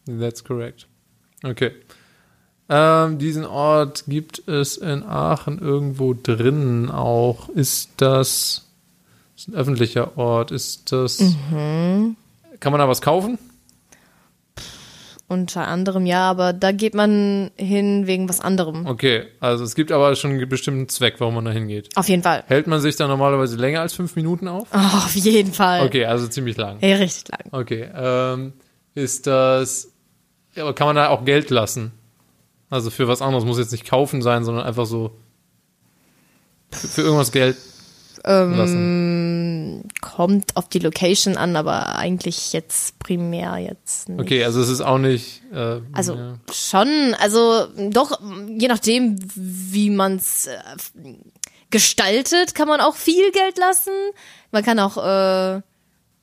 Speaker 1: That's correct. Okay. Ähm, diesen Ort gibt es in Aachen irgendwo drin auch. Ist das, ist ein öffentlicher Ort? Ist das,
Speaker 2: Mhm.
Speaker 1: kann man da was kaufen?
Speaker 2: Unter anderem ja, aber da geht man hin wegen was anderem.
Speaker 1: Okay, also es gibt aber schon einen bestimmten Zweck, warum man da hingeht.
Speaker 2: Auf jeden Fall.
Speaker 1: Hält man sich da normalerweise länger als fünf Minuten auf?
Speaker 2: Oh, auf jeden Fall.
Speaker 1: Okay, also ziemlich lang.
Speaker 2: Ey, richtig lang.
Speaker 1: Okay, ähm, ist das. Ja, aber kann man da auch Geld lassen? Also für was anderes muss jetzt nicht kaufen sein, sondern einfach so für, für irgendwas Geld lassen.
Speaker 2: Ähm, Kommt auf die Location an, aber eigentlich jetzt primär jetzt nicht.
Speaker 1: Okay, also es ist auch nicht. Äh,
Speaker 2: Also
Speaker 1: ja.
Speaker 2: schon, also doch, je nachdem, wie man es äh, gestaltet, kann man auch viel Geld lassen. Man kann auch äh,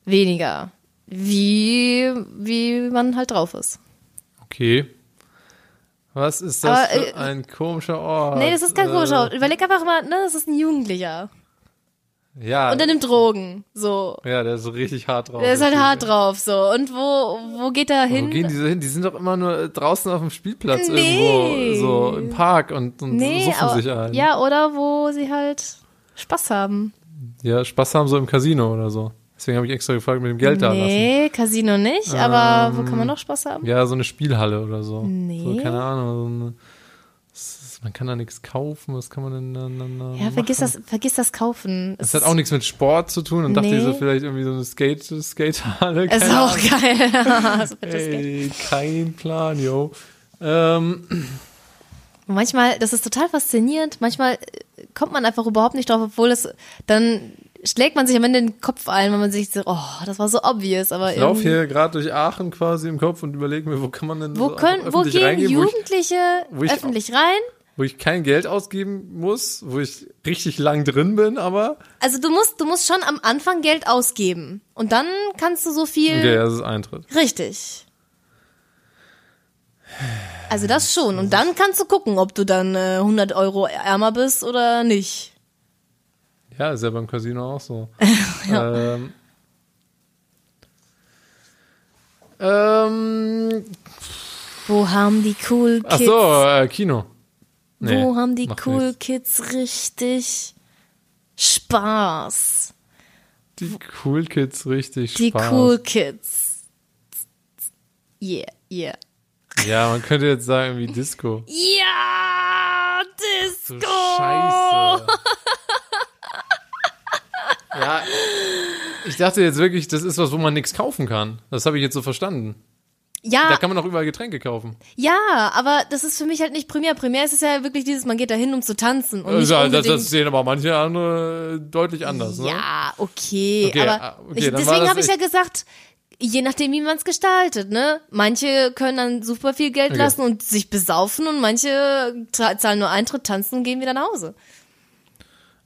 Speaker 2: weniger. Wie, wie man halt drauf ist.
Speaker 1: okay. Was ist das
Speaker 2: Aber,
Speaker 1: für
Speaker 2: äh,
Speaker 1: ein komischer Ort?
Speaker 2: Nee, das ist kein
Speaker 1: Äh,
Speaker 2: komischer. Überleg einfach mal, ne, das ist ein Jugendlicher.
Speaker 1: Ja,
Speaker 2: Und er nimmt Drogen. So.
Speaker 1: ja, der Oh, ist richtig hart drauf.
Speaker 2: Der ist halt
Speaker 1: Richtig.
Speaker 2: hart drauf, so. Und wo, wo geht er
Speaker 1: Wo gehen
Speaker 2: hin?
Speaker 1: die so hin? Die sind doch immer nur äh, draußen auf dem Spielplatz
Speaker 2: Nee.
Speaker 1: irgendwo, so im Park und, und
Speaker 2: Nee,
Speaker 1: suchen
Speaker 2: aber,
Speaker 1: sich ein.
Speaker 2: ja, oder wo sie halt Spaß haben.
Speaker 1: Ja, Spaß haben so im Casino oder so. Deswegen habe ich extra gefragt mit dem Geld da lassen.
Speaker 2: Nee, Casino nicht, aber wo kann man noch Spaß haben?
Speaker 1: Ähm, Ja, so eine Spielhalle oder so.
Speaker 2: Nee.
Speaker 1: So, keine Ahnung. So eine, das ist, man kann da nichts kaufen. Was kann man denn da, da, da
Speaker 2: Ja, vergiss das, vergiss das Kaufen.
Speaker 1: Das hat auch nichts mit Sport zu tun. Und dachte ich so,
Speaker 2: Nee.
Speaker 1: vielleicht irgendwie so eine Skate, Skatehalle.
Speaker 2: ist
Speaker 1: keine
Speaker 2: auch
Speaker 1: Ahnung.
Speaker 2: geil. Das wird das Geld.
Speaker 1: Ey, kein Plan, yo. Ähm,
Speaker 2: Und manchmal, das ist total faszinierend. Manchmal äh, kommt man einfach überhaupt nicht drauf, obwohl es dann schlägt man sich am Ende den Kopf ein, wenn man sich so, oh, das war so obvious, aber
Speaker 1: ich laufe
Speaker 2: irgendwie-
Speaker 1: hier gerade durch Aachen quasi im Kopf und überlege mir, wo kann man denn
Speaker 2: wo
Speaker 1: so
Speaker 2: können,
Speaker 1: Also
Speaker 2: wo
Speaker 1: öffentlich
Speaker 2: gehen
Speaker 1: reingehen, wo ich,
Speaker 2: Jugendliche
Speaker 1: wo ich-
Speaker 2: öffentlich rein?
Speaker 1: wo ich kein Geld ausgeben muss, wo ich richtig lang drin bin, aber.
Speaker 2: Also du musst, du musst schon am Anfang Geld ausgeben und dann kannst du so viel
Speaker 1: Okay, das ist Eintritt.
Speaker 2: Richtig. Also das schon. Und dann kannst du gucken, ob du dann äh, 100 Euro ärmer bist oder nicht.
Speaker 1: Ja, ist ja beim Casino auch so. ähm, ähm,
Speaker 2: Wo haben die Cool Kids?
Speaker 1: ach so, äh, Kino. Nee,
Speaker 2: wo haben die
Speaker 1: macht
Speaker 2: Cool
Speaker 1: nichts.
Speaker 2: Kids richtig Spaß?
Speaker 1: Die Cool Kids richtig
Speaker 2: Die
Speaker 1: Spaß.
Speaker 2: Cool Kids. Yeah, yeah.
Speaker 1: Ja, man könnte jetzt sagen wie Disco.
Speaker 2: Ja,
Speaker 1: Du
Speaker 2: Disco.
Speaker 1: Scheiße. ja, ich dachte jetzt wirklich, das ist was, wo man nichts kaufen kann. Das habe ich jetzt so verstanden. Da
Speaker 2: Ja,
Speaker 1: kann man auch überall Getränke kaufen.
Speaker 2: ja, aber das ist für mich halt nicht primär. Primär ist es ja wirklich dieses, man geht da hin, um zu tanzen. Und nicht
Speaker 1: Also, das,
Speaker 2: unbedingt-
Speaker 1: das sehen aber manche andere deutlich anders. Ne?
Speaker 2: Ja, okay,
Speaker 1: Okay,
Speaker 2: aber
Speaker 1: ah, okay,
Speaker 2: ich,
Speaker 1: dann war
Speaker 2: deswegen
Speaker 1: das
Speaker 2: habe ich ja gesagt, Je nachdem, wie man es gestaltet, ne? Manche können dann super viel Geld
Speaker 1: Okay.
Speaker 2: lassen und sich besaufen und manche tra- zahlen nur Eintritt, tanzen und gehen wieder nach Hause.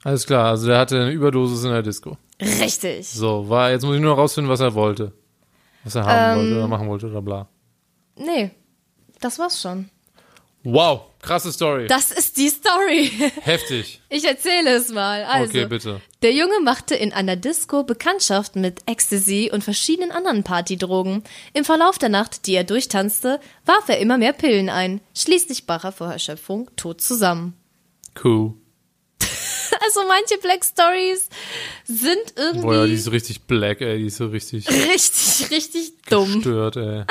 Speaker 1: Alles klar, also der hatte eine Überdosis in der Disco.
Speaker 2: Richtig.
Speaker 1: So, war, jetzt muss ich nur noch rausfinden, was er wollte. Was er
Speaker 2: Ähm.
Speaker 1: haben wollte oder machen wollte oder bla.
Speaker 2: Nee, das war's schon.
Speaker 1: Wow, krasse Story.
Speaker 2: Das ist die Story.
Speaker 1: Heftig.
Speaker 2: Ich erzähle es mal. Also,
Speaker 1: Okay, bitte.
Speaker 2: Der Junge machte in einer Disco Bekanntschaft mit Ecstasy und verschiedenen anderen Partydrogen. Im Verlauf der Nacht, die er durchtanzte, warf er immer mehr Pillen ein. Schließlich brach er vor Erschöpfung tot zusammen.
Speaker 1: Cool.
Speaker 2: Also manche Black Stories sind
Speaker 1: Boah, ja, die
Speaker 2: irgendwie
Speaker 1: ist richtig black, ey. Die ist so richtig
Speaker 2: richtig, richtig dumm.
Speaker 1: stört, ey.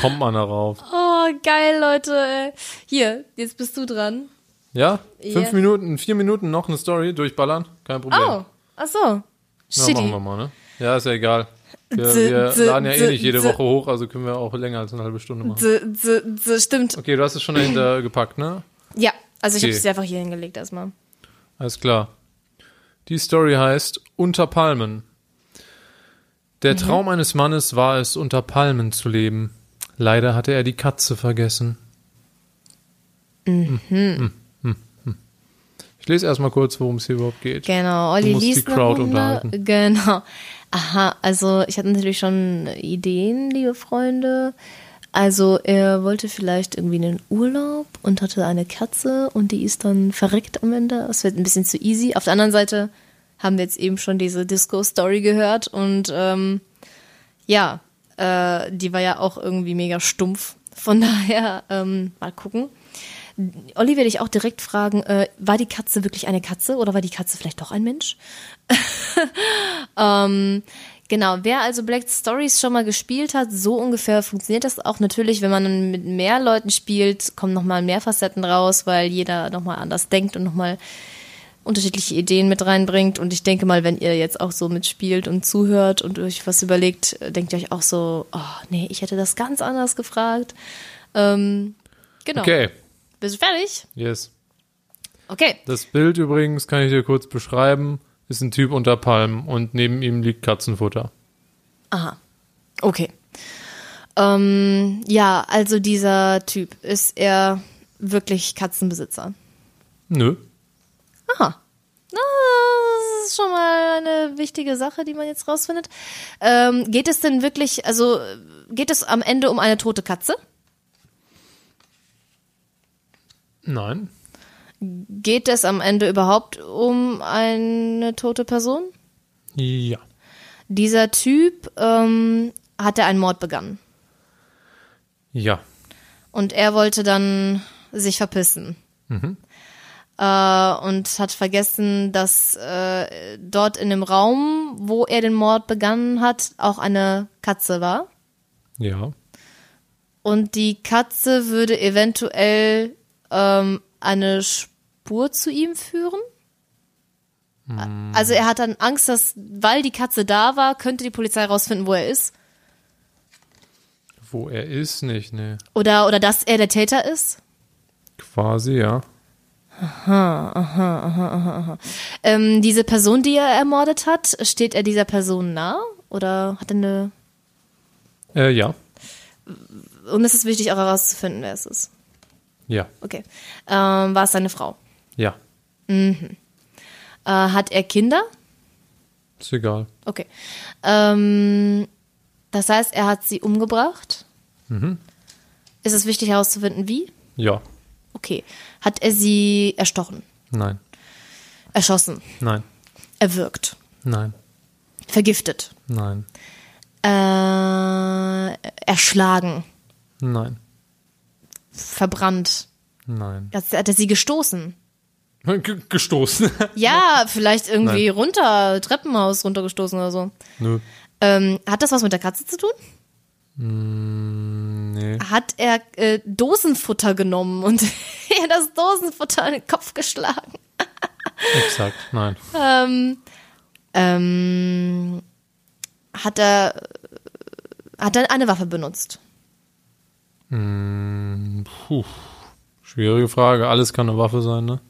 Speaker 1: Kommt man darauf.
Speaker 2: Oh, geil, Leute. ey. Hier, jetzt bist du dran.
Speaker 1: Ja? Fünf
Speaker 2: Ja.
Speaker 1: Minuten, vier Minuten noch eine Story durchballern? Kein Problem.
Speaker 2: Oh, ach so.
Speaker 1: Ja, machen
Speaker 2: Shitty.
Speaker 1: wir mal, ne? Ja, ist ja egal. Wir,
Speaker 2: Z-
Speaker 1: wir
Speaker 2: z-
Speaker 1: laden ja eh
Speaker 2: z-
Speaker 1: nicht jede
Speaker 2: z-
Speaker 1: Woche hoch, also können wir auch länger als eine halbe Stunde machen.
Speaker 2: Z- z- z- Stimmt.
Speaker 1: Okay, du hast es schon dahinter gepackt, ne?
Speaker 2: Ja, also ich
Speaker 1: Okay.
Speaker 2: habe es einfach hier hingelegt erstmal.
Speaker 1: Alles klar. Die Story heißt Unter Palmen. Der Traum eines Mannes war es, unter Palmen zu leben. Leider hatte er die Katze vergessen. Hm, Ich lese erstmal kurz, worum es hier überhaupt geht.
Speaker 2: Genau, Olli
Speaker 1: Du musst die
Speaker 2: liest noch
Speaker 1: Crowd
Speaker 2: Runde.
Speaker 1: unterhalten.
Speaker 2: Genau. Aha, also ich hatte natürlich schon Ideen, liebe Freunde. Also er wollte vielleicht irgendwie einen Urlaub und hatte eine Katze und die ist dann verreckt am Ende. Das wird ein bisschen zu easy. Auf der anderen Seite haben wir jetzt eben schon diese Disco-Story gehört und ähm, ja, äh, die war ja auch irgendwie mega stumpf. Von daher, ähm, mal gucken. Olli werde ich auch direkt fragen, äh, war die Katze wirklich eine Katze oder war die Katze vielleicht doch ein Mensch? ähm, genau, wer also Black Stories schon mal gespielt hat, so ungefähr funktioniert das auch. Natürlich, wenn man mit mehr Leuten spielt, kommen nochmal mehr Facetten raus, weil jeder nochmal anders denkt und nochmal unterschiedliche Ideen mit reinbringt. Und ich denke mal, wenn ihr jetzt auch so mitspielt und zuhört und euch was überlegt, äh, denkt ihr euch auch so, oh nee, ich hätte das ganz anders gefragt. Ähm, genau.
Speaker 1: Okay,
Speaker 2: Bist du fertig?
Speaker 1: yes.
Speaker 2: Okay.
Speaker 1: Das Bild übrigens kann ich dir kurz beschreiben. Ist ein Typ unter Palmen und neben ihm liegt Katzenfutter.
Speaker 2: Aha. Okay. Ähm, ja, also dieser Typ, ist er wirklich Katzenbesitzer?
Speaker 1: Nö.
Speaker 2: Aha. Na, Das ist schon mal eine wichtige Sache, die man jetzt rausfindet. Ähm, geht es denn wirklich, also äh, geht es am Ende um eine tote Katze?
Speaker 1: Nein.
Speaker 2: Geht es am Ende überhaupt um eine tote Person?
Speaker 1: Ja.
Speaker 2: Dieser Typ ähm, hat er einen Mord begangen
Speaker 1: Ja.
Speaker 2: und er wollte dann sich verpissen. äh, und hat vergessen, dass äh, dort in dem Raum, wo er den Mord begangen hat, auch eine Katze war.
Speaker 1: Ja.
Speaker 2: Und die Katze würde eventuell ähm, eine Spur zu ihm führen. Also er hat dann Angst, dass, weil die Katze da war, könnte die Polizei rausfinden, wo er ist.
Speaker 1: Wo er ist, nicht, ne.
Speaker 2: Oder, oder dass er der Täter ist.
Speaker 1: Quasi, ja.
Speaker 2: Ähm, diese Person, die er ermordet hat, steht er dieser Person nah? Oder hat er eine.
Speaker 1: Äh, ja.
Speaker 2: Und es ist wichtig, auch herauszufinden, wer es ist.
Speaker 1: Ja.
Speaker 2: Okay. Ähm, war es seine Frau?
Speaker 1: Ja.
Speaker 2: Äh, hat er Kinder?
Speaker 1: Ist egal.
Speaker 2: Okay. Ähm, das heißt, er hat sie umgebracht? Ist es wichtig herauszufinden, wie?
Speaker 1: Ja.
Speaker 2: Okay. Hat er sie erstochen,
Speaker 1: Nein.
Speaker 2: erschossen,
Speaker 1: Nein.
Speaker 2: erwürgt,
Speaker 1: Nein.
Speaker 2: vergiftet,
Speaker 1: Nein.
Speaker 2: äh, erschlagen,
Speaker 1: Nein.
Speaker 2: verbrannt?
Speaker 1: Nein.
Speaker 2: Hat, hat er sie gestoßen?
Speaker 1: G gestoßen.
Speaker 2: Ja, vielleicht irgendwie runter, Treppenhaus runtergestoßen oder so.
Speaker 1: Nö.
Speaker 2: Ähm, hat das was mit der Katze zu tun?
Speaker 1: Nee.
Speaker 2: hat er äh, Dosenfutter genommen und ihr das Dosenfutter in den Kopf geschlagen.
Speaker 1: Exakt. Nein.
Speaker 2: Ähm, ähm, hat er hat er eine Waffe benutzt?
Speaker 1: Puh. Schwierige Frage. Alles kann eine Waffe sein, ne?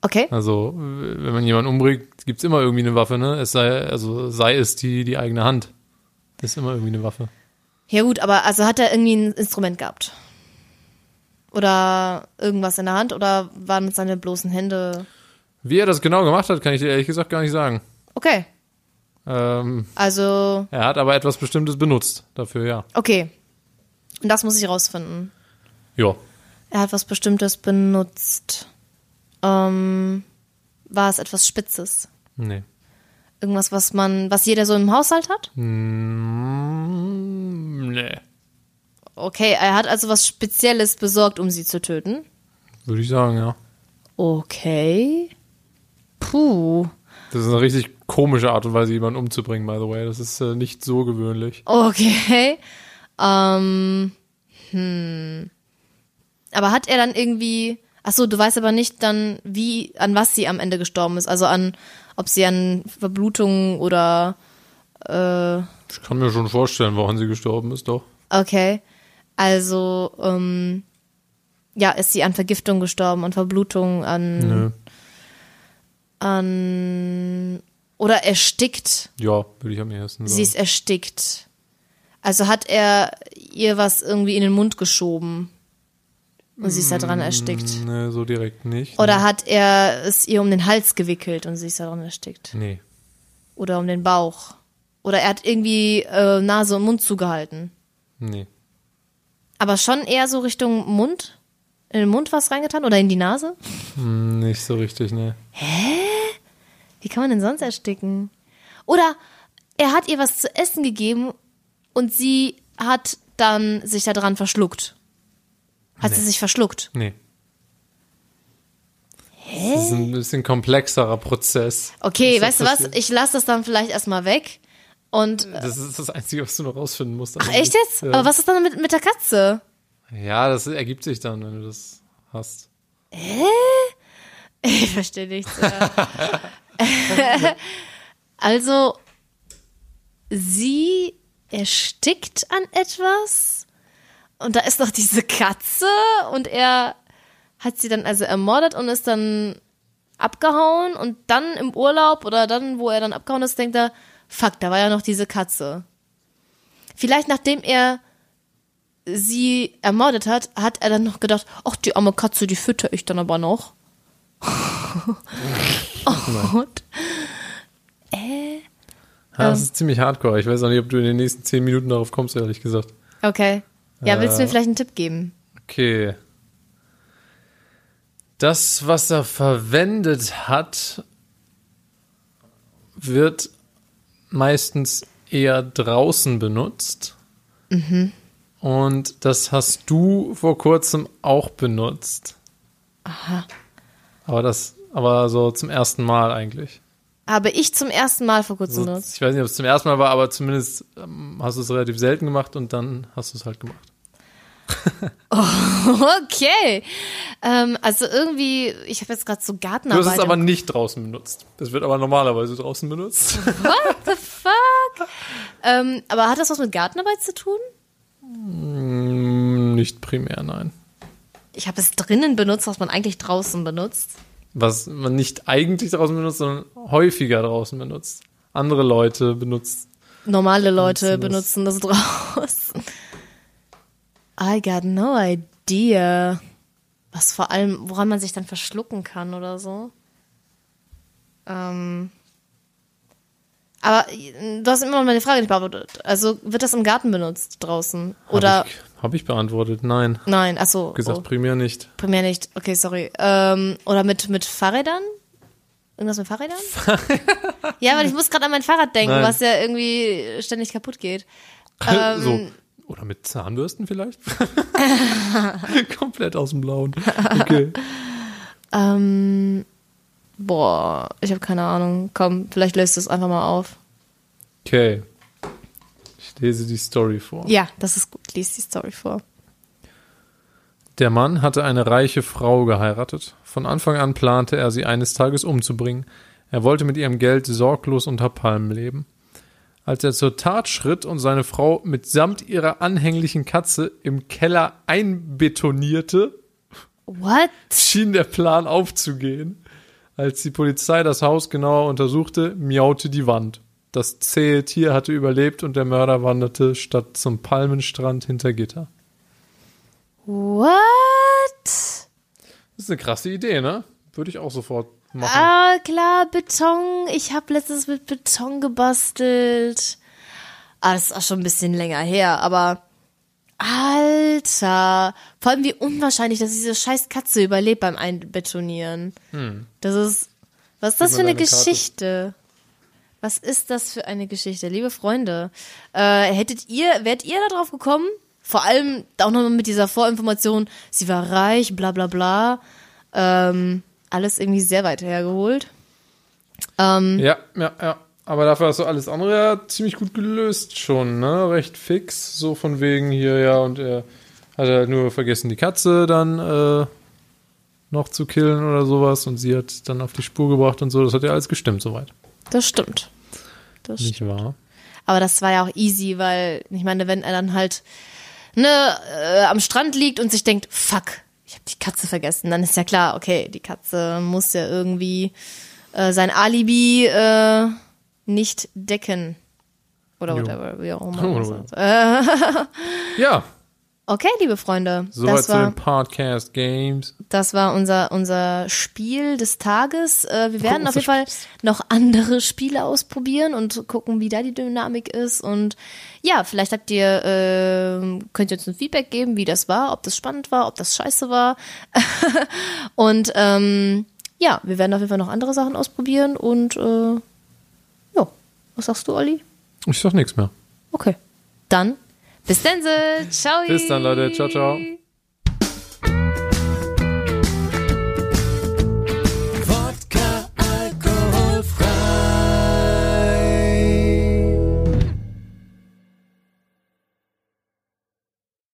Speaker 2: Okay.
Speaker 1: Also, w- wenn man jemanden umbringt, gibt's immer irgendwie eine Waffe, ne? Es sei, also sei es die, die eigene Hand. Das ist immer irgendwie eine Waffe.
Speaker 2: Ja gut, aber also hat er irgendwie ein Instrument gehabt? Oder irgendwas in der Hand? Oder waren es seine bloßen Hände?
Speaker 1: Wie er das genau gemacht hat, kann ich dir ehrlich gesagt gar nicht sagen.
Speaker 2: Okay,
Speaker 1: Ähm,
Speaker 2: also,
Speaker 1: er hat aber etwas Bestimmtes benutzt dafür, ja.
Speaker 2: okay. Und das muss ich rausfinden.
Speaker 1: Ja.
Speaker 2: Er hat was Bestimmtes benutzt. Ähm, war es etwas Spitzes?
Speaker 1: Nee.
Speaker 2: Irgendwas, was man, was jeder so im Haushalt hat?
Speaker 1: Nee.
Speaker 2: Okay, er hat also was Spezielles besorgt, um sie zu töten.
Speaker 1: Würde ich sagen, ja.
Speaker 2: Okay. Puh.
Speaker 1: Das ist eine richtig komische Art und Weise, jemanden umzubringen, by the way. Das ist äh, nicht so gewöhnlich.
Speaker 2: Okay. Ähm. Hm. Aber hat er dann irgendwie. Ach so, du weißt aber nicht dann, wie, an was sie am Ende gestorben ist. Also an, ob sie an Verblutungen oder. Äh,
Speaker 1: Ich kann mir schon vorstellen, woran sie gestorben ist, doch.
Speaker 2: okay. Also, ähm. Ja, ist sie an Vergiftung gestorben, an Verblutungen, an.
Speaker 1: Nö.
Speaker 2: an oder erstickt.
Speaker 1: Ja, würde ich am ehesten sagen.
Speaker 2: Sie ist erstickt. Also hat er ihr was irgendwie in den Mund geschoben und sie ist
Speaker 1: Mm.
Speaker 2: daran erstickt.
Speaker 1: Hm, Nee, so direkt nicht.
Speaker 2: Oder hat er es ihr um den Hals gewickelt und sie ist daran erstickt.
Speaker 1: Nee.
Speaker 2: Oder um den Bauch. Oder er hat irgendwie äh, Nase und Mund zugehalten.
Speaker 1: Nee.
Speaker 2: Aber schon eher so Richtung Mund? In den Mund was reingetan oder in die Nase?
Speaker 1: Hm, Nicht so richtig, ne.
Speaker 2: Wie kann man denn sonst ersticken? Oder er hat ihr was zu essen gegeben und sie hat dann sich daran verschluckt. Hat sie sich verschluckt?
Speaker 1: Nee. Hä? Das ist ein bisschen komplexerer Prozess.
Speaker 2: Okay,
Speaker 1: Ist das
Speaker 2: weißt du was?
Speaker 1: passiert?
Speaker 2: Ich lasse das dann vielleicht erstmal weg. Und
Speaker 1: Das ist das Einzige, was du noch rausfinden musst.
Speaker 2: ach, echt jetzt?
Speaker 1: Äh, Ja.
Speaker 2: Aber was ist dann mit, mit der Katze?
Speaker 1: ja, das ergibt sich dann, wenn du das hast.
Speaker 2: Ich verstehe nichts. ja. also, sie erstickt an etwas und da ist noch diese Katze und er hat sie dann also ermordet und ist dann abgehauen und dann im Urlaub oder dann, wo er dann abgehauen ist, denkt er, fuck, da war ja noch diese Katze. Vielleicht nachdem er sie ermordet hat, hat er dann noch gedacht, ach, die arme Katze, die fütter ich dann aber noch. Und
Speaker 1: Ja,
Speaker 2: Ähm.
Speaker 1: das ist ziemlich hardcore. Ich weiß auch nicht, ob du in den nächsten zehn Minuten darauf kommst, ehrlich gesagt.
Speaker 2: okay. Ja, willst
Speaker 1: Äh.
Speaker 2: du mir vielleicht einen Tipp geben?
Speaker 1: Okay. Das, was er verwendet hat, wird meistens eher draußen benutzt. Und das hast du vor kurzem auch benutzt. Aha. Aber das, aber so zum ersten Mal eigentlich.
Speaker 2: Habe ich zum ersten Mal vor kurzem
Speaker 1: So,
Speaker 2: benutzt.
Speaker 1: ich weiß nicht, ob es zum ersten Mal war, aber zumindest ähm, hast du es relativ selten gemacht und dann hast du es halt gemacht.
Speaker 2: Okay. Ähm, also irgendwie, ich habe jetzt gerade so
Speaker 1: Du hast
Speaker 2: Gartenarbeit.
Speaker 1: es aber nicht draußen benutzt. Das wird aber normalerweise draußen benutzt.
Speaker 2: What the fuck? ähm, aber hat das was mit Gartenarbeit zu tun?
Speaker 1: Mm, nicht primär, nein.
Speaker 2: Ich habe es drinnen benutzt, was man eigentlich draußen benutzt.
Speaker 1: Was man nicht eigentlich draußen benutzt, sondern häufiger draußen benutzt. Andere Leute benutzt.
Speaker 2: Normale Leute
Speaker 1: Benutzen
Speaker 2: benutzen das draußen. I got no idea. Was vor allem, woran man sich dann verschlucken kann oder so. Ähm. Aber äh, du hast immer noch meine Frage nicht beantwortet. Also wird das im Garten benutzt draußen? Oder
Speaker 1: Habe ich, hab ich beantwortet, nein.
Speaker 2: nein, ach so.
Speaker 1: Gesagt,
Speaker 2: Oh,
Speaker 1: primär nicht.
Speaker 2: primär nicht. Okay, sorry. Ähm, oder mit, mit Fahrrädern? Irgendwas mit Fahrrädern? ja, weil ich muss gerade an mein Fahrrad denken,
Speaker 1: Nein.
Speaker 2: was ja irgendwie ständig kaputt geht. Ähm,
Speaker 1: so. Oder mit Zahnbürsten vielleicht? Komplett aus dem Blauen. Okay.
Speaker 2: Ähm, boah, ich habe keine Ahnung. Komm, vielleicht löst du es einfach mal auf.
Speaker 1: okay. Ich lese die Story vor.
Speaker 2: Ja, das ist gut. Lies die Story vor.
Speaker 1: Der Mann hatte eine reiche Frau geheiratet. Von Anfang an plante er, sie eines Tages umzubringen. Er wollte mit ihrem Geld sorglos unter Palmen leben. Als er zur Tat schritt und seine Frau mitsamt ihrer anhänglichen Katze im Keller einbetonierte,
Speaker 2: What?
Speaker 1: schien der Plan aufzugehen. Als die Polizei das Haus genauer untersuchte, miaute die Wand. Das zähe Tier hatte überlebt und der Mörder wanderte statt zum Palmenstrand hinter Gitter.
Speaker 2: What?
Speaker 1: Das ist eine krasse Idee, ne? Würde ich auch sofort machen.
Speaker 2: Ah, klar, Beton. Ich habe letztens mit Beton gebastelt. Ah, das ist auch schon ein bisschen länger her, aber Alter. Vor allem wie unwahrscheinlich, dass diese scheiß Katze überlebt beim Einbetonieren. Das ist. Was ist das
Speaker 1: Gib
Speaker 2: für
Speaker 1: mir
Speaker 2: eine
Speaker 1: deine Karte.
Speaker 2: Geschichte? Was ist das für eine Geschichte, liebe Freunde? Äh, hättet ihr, wärt ihr darauf gekommen? Vor allem auch nochmal mit dieser Vorinformation, sie war reich, bla bla bla. Ähm, alles irgendwie sehr weit hergeholt. Ähm,
Speaker 1: Ja, ja, ja. Aber dafür hast du alles andere ja ziemlich gut gelöst schon, ne? Recht fix. So von wegen hier, ja, und er hat halt nur vergessen, die Katze dann äh, noch zu killen oder sowas. Und sie hat dann auf die Spur gebracht und so. Das hat ja alles gestimmt soweit.
Speaker 2: das stimmt. Das stimmt.
Speaker 1: Nicht wahr?
Speaker 2: Aber das war ja auch easy, weil ich meine, wenn er dann halt ne, äh, am Strand liegt und sich denkt, fuck, ich habe die Katze vergessen, dann ist ja klar, okay, die Katze muss ja irgendwie äh, sein Alibi äh, nicht decken. Oder
Speaker 1: Jo.
Speaker 2: whatever, wie auch immer. man das
Speaker 1: Oder
Speaker 2: sagt. Äh,
Speaker 1: Ja,
Speaker 2: Okay, liebe Freunde,
Speaker 1: soweit
Speaker 2: das
Speaker 1: zu den
Speaker 2: war,
Speaker 1: Podcast Games.
Speaker 2: das war unser, unser Spiel des Tages. Äh, wir werden
Speaker 1: was
Speaker 2: auf jeden
Speaker 1: das
Speaker 2: Fall noch andere Spiele ausprobieren und gucken, wie da die Dynamik ist. Und ja, vielleicht habt ihr, ähm, könnt ihr uns ein Feedback geben, wie das war, ob das spannend war, ob das scheiße war. und ähm, ja, wir werden auf jeden Fall noch andere Sachen ausprobieren. Und äh, ja, was sagst du, Olli?
Speaker 1: Ich sag nichts mehr.
Speaker 2: Okay. Dann bis dann. Ciao.
Speaker 1: Bis dann, Leute. Ciao, ciao.